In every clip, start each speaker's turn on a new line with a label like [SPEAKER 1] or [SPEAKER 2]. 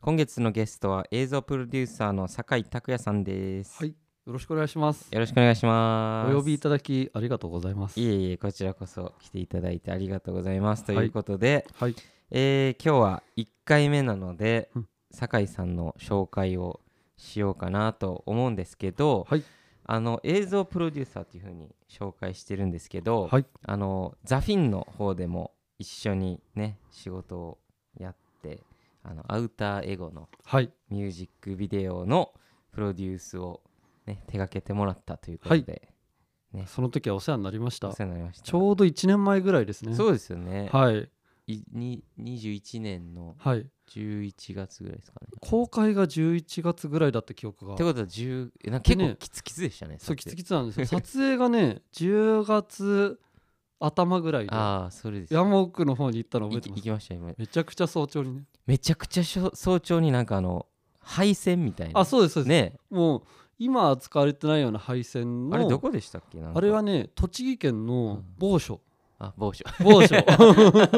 [SPEAKER 1] 今月のゲストは映像プロデューサーの酒井拓也さんです、
[SPEAKER 2] はい、よろしくお願いします。
[SPEAKER 1] よろしくお願いし
[SPEAKER 2] お
[SPEAKER 1] ます
[SPEAKER 2] 呼びいただきありがとうございます。
[SPEAKER 1] いえいえこちらこそ来ていただいてありがとうございますと
[SPEAKER 2] はい
[SPEAKER 1] いうことで、
[SPEAKER 2] はい、
[SPEAKER 1] えー今日は1回目なので
[SPEAKER 2] うん
[SPEAKER 1] 酒井さんの紹介をしようかなと思うんですけど、
[SPEAKER 2] はい
[SPEAKER 1] あの映像プロデューサーというふうに紹介してるんですけど、
[SPEAKER 2] はい、
[SPEAKER 1] あのザフィンの方でも一緒にね仕事をやってあのアウターエゴの
[SPEAKER 2] はい、
[SPEAKER 1] ミュージックビデオのプロデュースを、ね、手掛けてもらったということで、
[SPEAKER 2] その時はお世話になりまし
[SPEAKER 1] お
[SPEAKER 2] た。
[SPEAKER 1] 世話になりました
[SPEAKER 2] ちょうど1年前ぐらいですね。
[SPEAKER 1] そうですよね、
[SPEAKER 2] はい、
[SPEAKER 1] いに21年の
[SPEAKER 2] はい、
[SPEAKER 1] 11月ぐらいですかね
[SPEAKER 2] 公開が11月ぐらいだった記憶が
[SPEAKER 1] って。ことは10えなんか結
[SPEAKER 2] で
[SPEAKER 1] 構
[SPEAKER 2] ね
[SPEAKER 1] キツキツでしたね
[SPEAKER 2] そう、き
[SPEAKER 1] 撮
[SPEAKER 2] つ
[SPEAKER 1] 影
[SPEAKER 2] きつなんですよ。撮影がね、10月頭ぐらいで、
[SPEAKER 1] ああそれです
[SPEAKER 2] 山奥の方に行ったの覚え
[SPEAKER 1] 行
[SPEAKER 2] て
[SPEAKER 1] き
[SPEAKER 2] ま
[SPEAKER 1] 行
[SPEAKER 2] す。
[SPEAKER 1] きました今
[SPEAKER 2] めちゃくちゃ早朝にね。
[SPEAKER 1] めちゃくちゃしょ早朝になんかあの配線みたいな
[SPEAKER 2] あ、そうです、そうです。
[SPEAKER 1] ね
[SPEAKER 2] もう、今は使われてないような配線の、
[SPEAKER 1] あれどこでしたっけなんか
[SPEAKER 2] あれはね、栃木県の某所。
[SPEAKER 1] あ某所
[SPEAKER 2] 某所。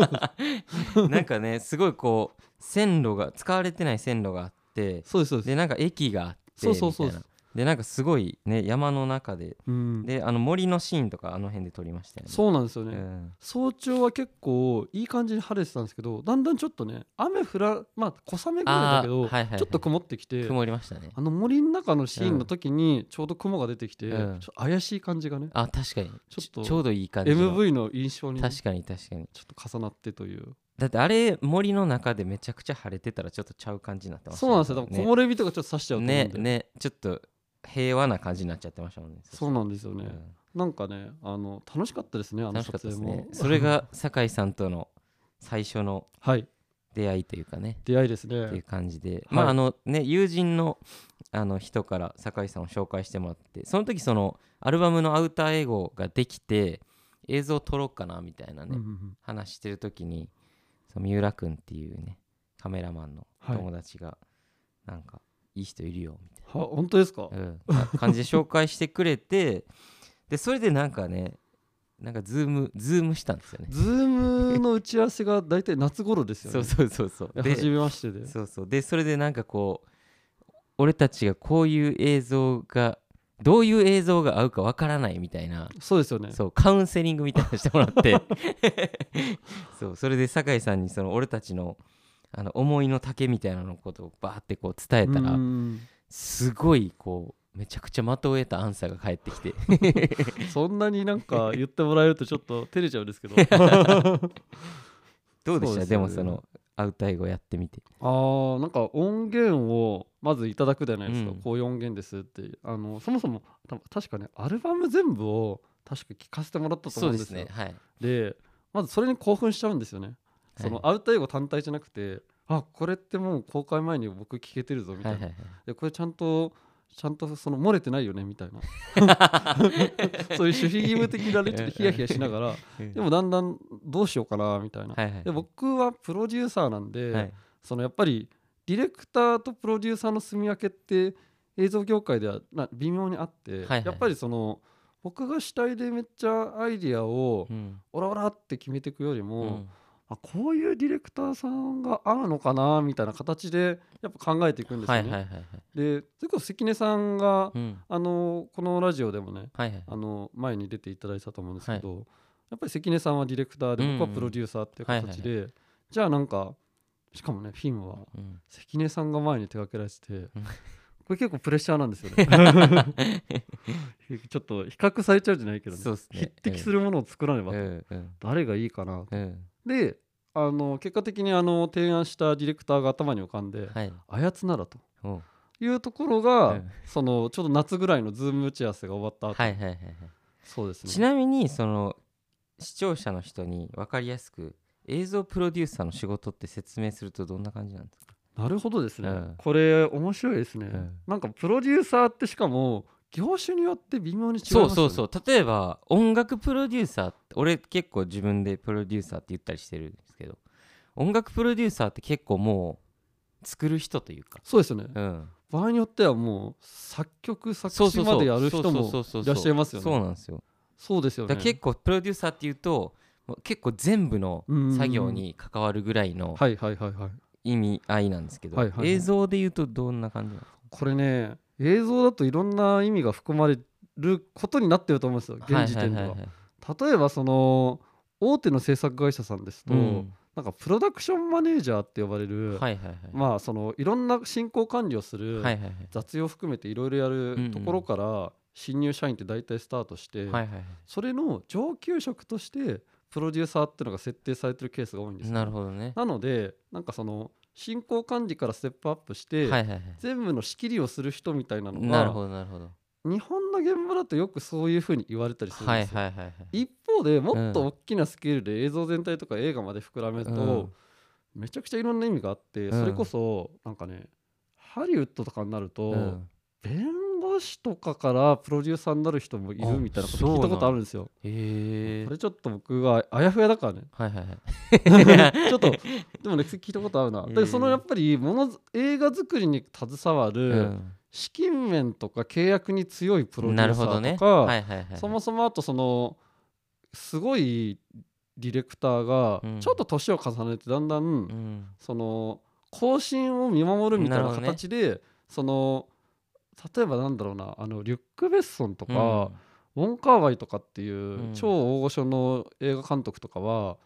[SPEAKER 1] なんかねすごいこう線路が使われてない線路があって
[SPEAKER 2] そうです、そうです。
[SPEAKER 1] でなんか駅があって
[SPEAKER 2] そうそうそう
[SPEAKER 1] みたいなでなんかすごいね山の中で
[SPEAKER 2] うん、
[SPEAKER 1] であの森のシーンとかあの辺で撮りましたよね
[SPEAKER 2] そうなんですよ
[SPEAKER 1] う
[SPEAKER 2] ね、
[SPEAKER 1] ん
[SPEAKER 2] 早朝は結構いい感じに晴れてたんですけどだんだんちょっとね雨降らまあ小雨ぐらいだけど、
[SPEAKER 1] あーはいはいはい
[SPEAKER 2] ちょっと曇ってきて
[SPEAKER 1] 曇りましたね
[SPEAKER 2] あの森の中のシーンの時にちょうど雲が出てきて、
[SPEAKER 1] うん
[SPEAKER 2] ちょっと怪しい感じがね、
[SPEAKER 1] あ確かに
[SPEAKER 2] ちょっ
[SPEAKER 1] ち
[SPEAKER 2] と
[SPEAKER 1] ちょうどいい感じの
[SPEAKER 2] MV の印象にね、
[SPEAKER 1] 確かに確かに
[SPEAKER 2] ちょっと重なってという
[SPEAKER 1] だってあれ森の中でめちゃくちゃ晴れてたらちょっとちゃう感じになってました
[SPEAKER 2] そうなんですよ多分木
[SPEAKER 1] ね
[SPEAKER 2] 漏れ日とかちょっとさしちゃうと思うん
[SPEAKER 1] ね
[SPEAKER 2] で、
[SPEAKER 1] ねちょっと平和な感じになっちゃってましたもんね
[SPEAKER 2] そうなんですよね、
[SPEAKER 1] うん
[SPEAKER 2] なんかねあの楽しかったですねあの
[SPEAKER 1] 楽しか
[SPEAKER 2] 撮
[SPEAKER 1] ったで
[SPEAKER 2] 影
[SPEAKER 1] す
[SPEAKER 2] も、
[SPEAKER 1] ねそれが酒井さんとの最初の
[SPEAKER 2] はい
[SPEAKER 1] 出会いというかね
[SPEAKER 2] 出会いですね
[SPEAKER 1] っていう感じで、まあ
[SPEAKER 2] はい
[SPEAKER 1] あのね友人のあの人から酒井さんを紹介してもらってその時そのアルバムのアウターエゴができて映像撮ろうかなみたいな
[SPEAKER 2] うん
[SPEAKER 1] ね、
[SPEAKER 2] うんうん
[SPEAKER 1] 話してる時にその三浦君っていうねカメラマンの
[SPEAKER 2] はい
[SPEAKER 1] 友達が、なんかいい人いるよみ
[SPEAKER 2] は本当ですか、
[SPEAKER 1] たいな、うんか感じで紹介してくれてでそれでなんかねなんかズームズームしたんですよね。
[SPEAKER 2] ズームの打ち合わせが大体夏頃ですよ
[SPEAKER 1] そ
[SPEAKER 2] ね
[SPEAKER 1] うそうそうそうで
[SPEAKER 2] 初めましてで
[SPEAKER 1] そうそうでそれでなんかこう俺たちがこういう映像がどういう映像が合うかわからないみたいな、
[SPEAKER 2] そうですよね
[SPEAKER 1] そうカウンセリングみたいなのしてもらって そうそれで酒井さんにその俺たちのあの思いの丈みたいなのことをバーってこう伝えたら
[SPEAKER 2] うん
[SPEAKER 1] すごいこうめちゃくちゃ的を得たアンサーが返ってきて
[SPEAKER 2] そんなになんか言ってもらえるとちょっと照れちゃうんですけ ど
[SPEAKER 1] どうでした
[SPEAKER 2] そ
[SPEAKER 1] で,、
[SPEAKER 2] うですよね
[SPEAKER 1] もそのアウタイ語やってみて
[SPEAKER 2] あーなんか音源をまずいただくじゃないですか、
[SPEAKER 1] うん
[SPEAKER 2] こういう音源ですってあのそもそも多分確かねアルバム全部を確か聞かせてもらったと
[SPEAKER 1] そ
[SPEAKER 2] 思
[SPEAKER 1] う
[SPEAKER 2] う
[SPEAKER 1] で
[SPEAKER 2] んですすよ
[SPEAKER 1] ねはい
[SPEAKER 2] でまずそれに興奮しちゃうんですよね、そのアウター英語単体じゃなくてあこれってもう公開前に僕聞けてるぞみた
[SPEAKER 1] はいい
[SPEAKER 2] な
[SPEAKER 1] はい、はい
[SPEAKER 2] でこれちゃんとちゃんとその漏れてないよねみたいなそういう守秘義務的なねちょっとヒヤヒヤしながら
[SPEAKER 1] は い
[SPEAKER 2] でもだんだんどうしようかなみたいな、
[SPEAKER 1] はいはい
[SPEAKER 2] で僕はプロデューサーなんで、
[SPEAKER 1] はい
[SPEAKER 2] そのやっぱりディレクターとプロデューサーの住み分けって映像業界ではな微妙にあって、
[SPEAKER 1] いはい
[SPEAKER 2] やっぱりその僕が主体でめっちゃアイディアを
[SPEAKER 1] うん
[SPEAKER 2] オラオラって決めていくよりも、
[SPEAKER 1] うん
[SPEAKER 2] あこういうディレクターさんが合うのかなみたいな形でやっぱ考えていくんです
[SPEAKER 1] は
[SPEAKER 2] よ
[SPEAKER 1] い
[SPEAKER 2] ね。
[SPEAKER 1] はいはいはい
[SPEAKER 2] でそれこそ関根さんが、
[SPEAKER 1] うん
[SPEAKER 2] あのこのラジオでもね
[SPEAKER 1] はいはい
[SPEAKER 2] あの前に出ていただいたと思うんですけど、やっぱり関根さんはディレクターで
[SPEAKER 1] うんうん
[SPEAKER 2] 僕はプロデューサーっていう形で、じゃあなんかしかもねフィンは
[SPEAKER 1] うん
[SPEAKER 2] 関根さんが前に手掛けられてて
[SPEAKER 1] うん
[SPEAKER 2] これ結構プレッシャーなんですよね ちょっと比較されちゃうじゃないけどね
[SPEAKER 1] そうです ね
[SPEAKER 2] 匹敵す
[SPEAKER 1] る
[SPEAKER 2] るものを作らねば、
[SPEAKER 1] うんうん
[SPEAKER 2] 誰がいいかな
[SPEAKER 1] うん
[SPEAKER 2] であの結果的にあの提案したディレクターが頭に浮かんで、
[SPEAKER 1] はい
[SPEAKER 2] あやつならと
[SPEAKER 1] おう
[SPEAKER 2] いうところ
[SPEAKER 1] う
[SPEAKER 2] が、
[SPEAKER 1] ん
[SPEAKER 2] そのちょっと夏ぐらいのズーム打ち合わせが終わった後、
[SPEAKER 1] はいはいはいはい
[SPEAKER 2] そうですね
[SPEAKER 1] ちなみにその視聴者の人に分かりやすく映像プロデューサーの仕事って説明するとどんな感じなんですか
[SPEAKER 2] なるほどですね、
[SPEAKER 1] うん
[SPEAKER 2] これ面白いですね、
[SPEAKER 1] うん
[SPEAKER 2] なんかプロデューサーってしかも業種によって微妙に違います
[SPEAKER 1] そ
[SPEAKER 2] よね
[SPEAKER 1] うそうそう例えば音楽プロデューサーって俺結構自分でプロデューサーって言ったりしてるんですけど音楽プロデューサーって結構もう作る人というか
[SPEAKER 2] そうですよね、
[SPEAKER 1] うん
[SPEAKER 2] 場合によってはもう作曲作
[SPEAKER 1] そう
[SPEAKER 2] 詞
[SPEAKER 1] そう
[SPEAKER 2] ま
[SPEAKER 1] そう
[SPEAKER 2] でやる人も
[SPEAKER 1] そうそうそうそう
[SPEAKER 2] いらっしゃいますよ
[SPEAKER 1] そう
[SPEAKER 2] ね
[SPEAKER 1] なんですよ
[SPEAKER 2] そうですよ
[SPEAKER 1] だから
[SPEAKER 2] ね
[SPEAKER 1] 結構プロデューサーっていうともう結構全部の
[SPEAKER 2] うんうんうん
[SPEAKER 1] 作業に関わるぐらいの
[SPEAKER 2] はいはいはいはい
[SPEAKER 1] 意味合いなんですけど、
[SPEAKER 2] はいはいはい
[SPEAKER 1] 映像で言うとどんな感じなんですか
[SPEAKER 2] これね映像だといろんな意味が含まれることになってると思うんですよ現時点では,、
[SPEAKER 1] いいい
[SPEAKER 2] 例えばその大手の制作会社さんですと、
[SPEAKER 1] うん
[SPEAKER 2] なんかプロダクションマネージャーって呼ばれる、
[SPEAKER 1] はいはいはい
[SPEAKER 2] まあそのいろんな進行管理をする、
[SPEAKER 1] はいはいはい
[SPEAKER 2] 雑用含めていろいろや
[SPEAKER 1] うんうん
[SPEAKER 2] るところから新入社員って大体スタートし
[SPEAKER 1] は
[SPEAKER 2] て、
[SPEAKER 1] いはいは
[SPEAKER 2] それの上級職としてプロデューサーっていうのが設定されてるケースが多いんです
[SPEAKER 1] い
[SPEAKER 2] よ
[SPEAKER 1] なるほどね
[SPEAKER 2] なのでなんかその進行管理からステップアップして、
[SPEAKER 1] はいはいはい
[SPEAKER 2] 全部の仕切りをする人みたいなの
[SPEAKER 1] なるほ
[SPEAKER 2] が
[SPEAKER 1] どなるほど
[SPEAKER 2] 日本の現場だとよくそういうふうに言われたりするん
[SPEAKER 1] はい
[SPEAKER 2] ですよ、
[SPEAKER 1] はいはいはい
[SPEAKER 2] 一方でもっ
[SPEAKER 1] う
[SPEAKER 2] と
[SPEAKER 1] ん
[SPEAKER 2] 大きなスケールで映像全体とか映画まで膨らめると、めちゃくちゃいろんな意味があって、
[SPEAKER 1] うん
[SPEAKER 2] それこそなんかねハリウッドとかになると、
[SPEAKER 1] うん
[SPEAKER 2] 弁護士とかからプロデューサーになる人もいるみたいなこと聞いたことあるんですよ。
[SPEAKER 1] へえ
[SPEAKER 2] これちょっと僕があやふやだからね
[SPEAKER 1] はいはいはい
[SPEAKER 2] ちょっとでもね聞いたことある な、
[SPEAKER 1] うん
[SPEAKER 2] でそのやっぱりものづ映画作りに携わる、
[SPEAKER 1] うん
[SPEAKER 2] 資金面とか契約に強いプロデ
[SPEAKER 1] な
[SPEAKER 2] ュ
[SPEAKER 1] る
[SPEAKER 2] ーサ
[SPEAKER 1] ほど
[SPEAKER 2] ー
[SPEAKER 1] ね
[SPEAKER 2] とか、
[SPEAKER 1] はいはいはい
[SPEAKER 2] そもそもあとそのすごいディレクターが
[SPEAKER 1] うん
[SPEAKER 2] ちょっと年を重ねてだんだん、
[SPEAKER 1] うん
[SPEAKER 2] その更新を見守るみたい
[SPEAKER 1] な
[SPEAKER 2] な
[SPEAKER 1] るほどね
[SPEAKER 2] 形で、その例えばなんだろうなあのリュック・ベッソンと
[SPEAKER 1] うん
[SPEAKER 2] か、ウォン・カーワイとかって
[SPEAKER 1] う
[SPEAKER 2] い
[SPEAKER 1] ん
[SPEAKER 2] う超大御所の映画監督とかは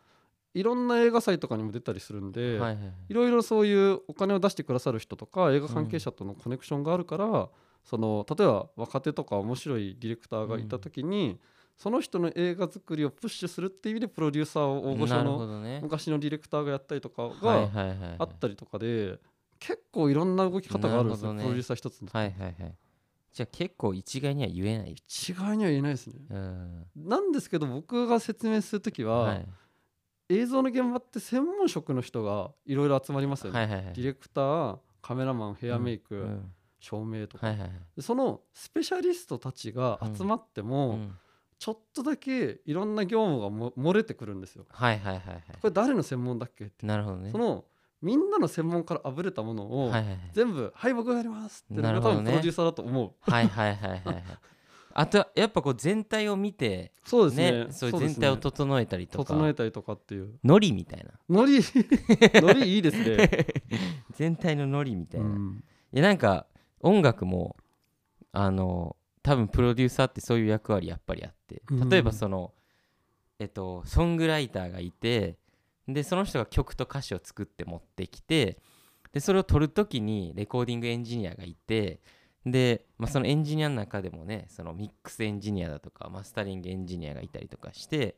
[SPEAKER 2] いろんな映画祭とかにも出たりするんで、
[SPEAKER 1] はいはいはい
[SPEAKER 2] いろいろそういうお金を出してくださる人とか映画関係者とのコネクションがあるから、その例えば若手とか面白いディレクターがいた時に、その人の映画作りをプッシュするっていう意味でプロデューサーを大御所
[SPEAKER 1] なるほ
[SPEAKER 2] の
[SPEAKER 1] どね
[SPEAKER 2] 昔のディレクターがやったりとか
[SPEAKER 1] はい
[SPEAKER 2] が
[SPEAKER 1] はいはいはい
[SPEAKER 2] あったりとかで結構いろんな動き方があるんですよ、
[SPEAKER 1] なるほどね
[SPEAKER 2] プロデューサー一つの。
[SPEAKER 1] はいはいはいじゃあ結構一概には言えない
[SPEAKER 2] 違いには言えないですね。
[SPEAKER 1] うん
[SPEAKER 2] なんですけど僕が説明する時は、
[SPEAKER 1] はい
[SPEAKER 2] 映像の現場って専門職の人がいろいろ集まりますよね。
[SPEAKER 1] はいはいはい
[SPEAKER 2] ディレクターカメラマンヘアメイク、
[SPEAKER 1] うん
[SPEAKER 2] 照明とか
[SPEAKER 1] はいはいはい
[SPEAKER 2] でそのスペシャリストたちが集まっても、
[SPEAKER 1] うん
[SPEAKER 2] ちょっとだけいろんな業務がも漏れてくるんですよ。
[SPEAKER 1] はいはいはいは
[SPEAKER 2] これ誰の専門だっけって、
[SPEAKER 1] いなるほどね
[SPEAKER 2] そのみんなの専門からあぶれたものを、
[SPEAKER 1] はいはいはい
[SPEAKER 2] 全部「はい僕がやります」っての
[SPEAKER 1] なる
[SPEAKER 2] が
[SPEAKER 1] ほ
[SPEAKER 2] 多
[SPEAKER 1] どね
[SPEAKER 2] 分プロデューサーだと思う。
[SPEAKER 1] はいはいはいはいはいあとはやっぱこう全体を見て
[SPEAKER 2] そうですね
[SPEAKER 1] ねそういう
[SPEAKER 2] です
[SPEAKER 1] 全
[SPEAKER 2] ね
[SPEAKER 1] 体を整えたりとか
[SPEAKER 2] 整えたりとかっていう
[SPEAKER 1] ノリみたいな
[SPEAKER 2] ノリ ノリいいですね。
[SPEAKER 1] 全体のノリ みたいうな、い
[SPEAKER 2] ん
[SPEAKER 1] やなんか音楽もあの多分プロデューサーってそういう役割やっぱりあって
[SPEAKER 2] うん
[SPEAKER 1] 例えばその、えっとソングライターがいてでその人が曲と歌詞を作って持ってきてでそれを撮る時にレコーディングエンジニアがいてで、まあ、そのエンジニアの中でもねそのミックスエンジニアだとかマスタリングエンジニアがいたりとかして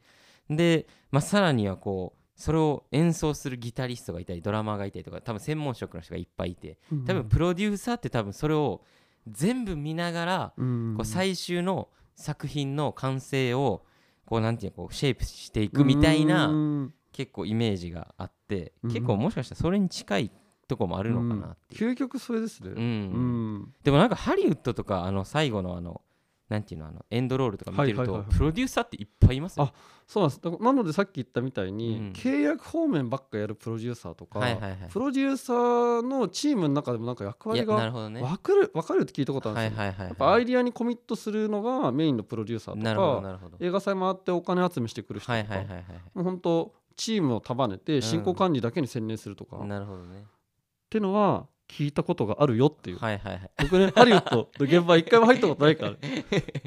[SPEAKER 1] で、まあ、さらにはこうそれを演奏するギタリストがいたりドラマーがいたりとか多分専門職の人がいっぱいいて多分プロデューサーって多分それを全部見ながら
[SPEAKER 2] うん
[SPEAKER 1] こう最終の作品の完成をこうなんていうのこうシェイプしていくみたいな
[SPEAKER 2] うん
[SPEAKER 1] 結構イメージがあって
[SPEAKER 2] うん
[SPEAKER 1] 結構もしかしたらそれに近いとこもあるのかなっていう。
[SPEAKER 2] 究極それですね。
[SPEAKER 1] う
[SPEAKER 2] うんん
[SPEAKER 1] でもなんかハリウッドとかあの最後のあのなんていうのあのエンドロールとか見てる
[SPEAKER 2] はいはい
[SPEAKER 1] と
[SPEAKER 2] はいはい
[SPEAKER 1] プロデューサーっていっぱいいますよ。
[SPEAKER 2] そうなんですだからなのでさっき言ったみたいに、
[SPEAKER 1] うん
[SPEAKER 2] 契約方面ばっかやるプロデューサーとか、
[SPEAKER 1] はいはいはい
[SPEAKER 2] プロデューサーのチームの中でもなんか役
[SPEAKER 1] い
[SPEAKER 2] 割
[SPEAKER 1] やなる
[SPEAKER 2] が
[SPEAKER 1] ほどね。
[SPEAKER 2] 分かる分かるって聞いたことあるん
[SPEAKER 1] は
[SPEAKER 2] です
[SPEAKER 1] いは
[SPEAKER 2] よ、
[SPEAKER 1] いはい
[SPEAKER 2] やっぱア
[SPEAKER 1] は
[SPEAKER 2] イディアにコミットするのがメインのプロデューサー
[SPEAKER 1] い。
[SPEAKER 2] と
[SPEAKER 1] なるほど
[SPEAKER 2] か
[SPEAKER 1] なるほど。
[SPEAKER 2] 映画祭回ってお金集めしてくる人とか、
[SPEAKER 1] はいはいはいはい
[SPEAKER 2] もう本当チームを束ねて進行管理だけに専念するとか、
[SPEAKER 1] はい。
[SPEAKER 2] っ
[SPEAKER 1] なるほどね。
[SPEAKER 2] てのは聞いたことがあるよっていう、
[SPEAKER 1] はいはいはい。
[SPEAKER 2] 僕ねハリウッドの現場一回も入ったことない から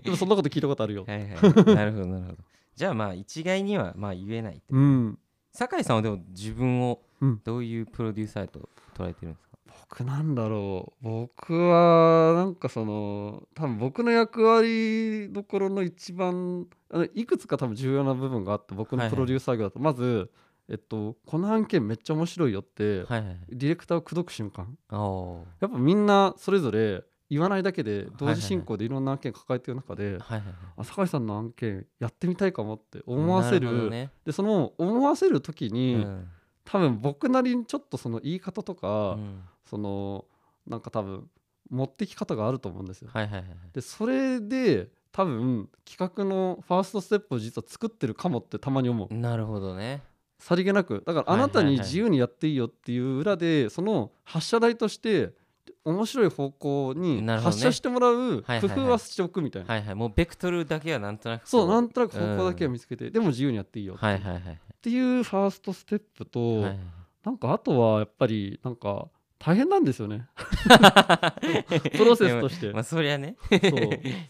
[SPEAKER 2] でもそんなこと聞いたことあるよ、
[SPEAKER 1] はいはい、なるほどなるほどじゃあまあ一概にはまあ言えないと
[SPEAKER 2] うん
[SPEAKER 1] 酒井さんはでも自分を
[SPEAKER 2] うん
[SPEAKER 1] どういうプロデューサーと捉えてるんですか、
[SPEAKER 2] 僕なんだろう僕はなんかその多分僕の役割どころの一番あのいくつか多分重要な部分があって僕
[SPEAKER 1] はいは
[SPEAKER 2] の
[SPEAKER 1] い
[SPEAKER 2] プロデューサー業だと、まず、えっと、この案件めっちゃ面白いよっ
[SPEAKER 1] はい
[SPEAKER 2] て、
[SPEAKER 1] はいはい
[SPEAKER 2] ディレクターを口説く瞬間
[SPEAKER 1] お
[SPEAKER 2] やっぱみんなそれぞれ言わないだけで同時進行でいろんな案件抱えてる中で、
[SPEAKER 1] ーはいはいはい
[SPEAKER 2] あ酒井さんの案件やってみたいかもって思わせ
[SPEAKER 1] な
[SPEAKER 2] る
[SPEAKER 1] ほどね
[SPEAKER 2] でその思わせる時
[SPEAKER 1] う
[SPEAKER 2] に、
[SPEAKER 1] ん
[SPEAKER 2] 多分僕なりにちょっとその言い方と
[SPEAKER 1] う
[SPEAKER 2] か、
[SPEAKER 1] ん
[SPEAKER 2] そのなんか多分持ってき方があると思うんですよ。
[SPEAKER 1] はいはいはいはい
[SPEAKER 2] でそれで多分企画のファーストステップを実は作ってるかもってたまに思う
[SPEAKER 1] なるほどね
[SPEAKER 2] さりげなくだから
[SPEAKER 1] は
[SPEAKER 2] あ
[SPEAKER 1] いはいは
[SPEAKER 2] ないたに自由にやっていいよっていう裏でその発射台として面白い方向に
[SPEAKER 1] なるほどね
[SPEAKER 2] 発射してもらう
[SPEAKER 1] はいはい
[SPEAKER 2] 工
[SPEAKER 1] はい
[SPEAKER 2] 夫はしておくみたいな
[SPEAKER 1] はいはいもうベクトルだけはなんとなく
[SPEAKER 2] そうな
[SPEAKER 1] なん
[SPEAKER 2] となく方向だけは見つけてでも自由にやっていいよっ
[SPEAKER 1] はいはいはい
[SPEAKER 2] ていうファーストステップ
[SPEAKER 1] はいは
[SPEAKER 2] と
[SPEAKER 1] い
[SPEAKER 2] なんかあとはやっぱりなんか大変なんです よねプロセスとして
[SPEAKER 1] まあそりゃね
[SPEAKER 2] そう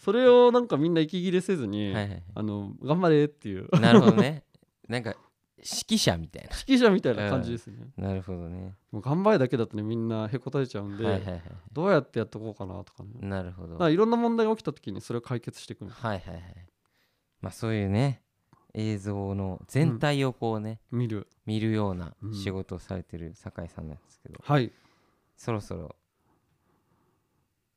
[SPEAKER 2] それをなんかみんな息切れせずに、
[SPEAKER 1] はいはい
[SPEAKER 2] あの頑張れっていう
[SPEAKER 1] なるほどねなんか指揮者みたい
[SPEAKER 2] 指揮者みたいな感じ ですね、
[SPEAKER 1] ななるほどね
[SPEAKER 2] もう頑張れだけだとねみんなへこたれちゃうんで、
[SPEAKER 1] はいはいはい
[SPEAKER 2] どうやってやっていこうかなとかね
[SPEAKER 1] なるほど
[SPEAKER 2] だからいろんな問題が起きた時にそれを解決していくの
[SPEAKER 1] はいはいはいまあそういうね映像の全体をこうね、
[SPEAKER 2] 見る
[SPEAKER 1] 見るような
[SPEAKER 2] うん
[SPEAKER 1] 仕事をされてる酒井さんなんですけど、
[SPEAKER 2] はい
[SPEAKER 1] そろそろ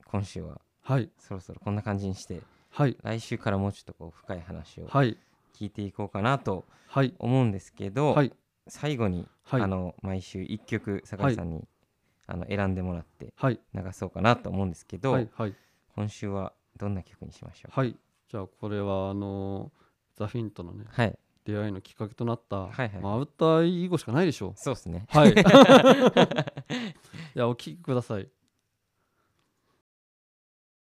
[SPEAKER 1] 今週は
[SPEAKER 2] はい
[SPEAKER 1] そろそろこんな感じにして
[SPEAKER 2] はい
[SPEAKER 1] 来週からもうちょっとこう深い話を
[SPEAKER 2] はい
[SPEAKER 1] 聞いていこうかなと
[SPEAKER 2] はい
[SPEAKER 1] 思うんですけど、
[SPEAKER 2] はい
[SPEAKER 1] 最後に、
[SPEAKER 2] はい
[SPEAKER 1] あの毎週1曲酒井さんに、あの選んでもらって
[SPEAKER 2] はい
[SPEAKER 1] 流そうかなと思うんですけど、
[SPEAKER 2] はいはい
[SPEAKER 1] 今週はどんな曲にしましょうか、
[SPEAKER 2] はいじゃあこれはあのーザ・フィンとのね
[SPEAKER 1] はい、
[SPEAKER 2] 出会いのきっかけとなっ
[SPEAKER 1] は
[SPEAKER 2] た、
[SPEAKER 1] いはい
[SPEAKER 2] まあ、 アウターイーゴしかないでしょう
[SPEAKER 1] そうですね
[SPEAKER 2] はいいやお聴きください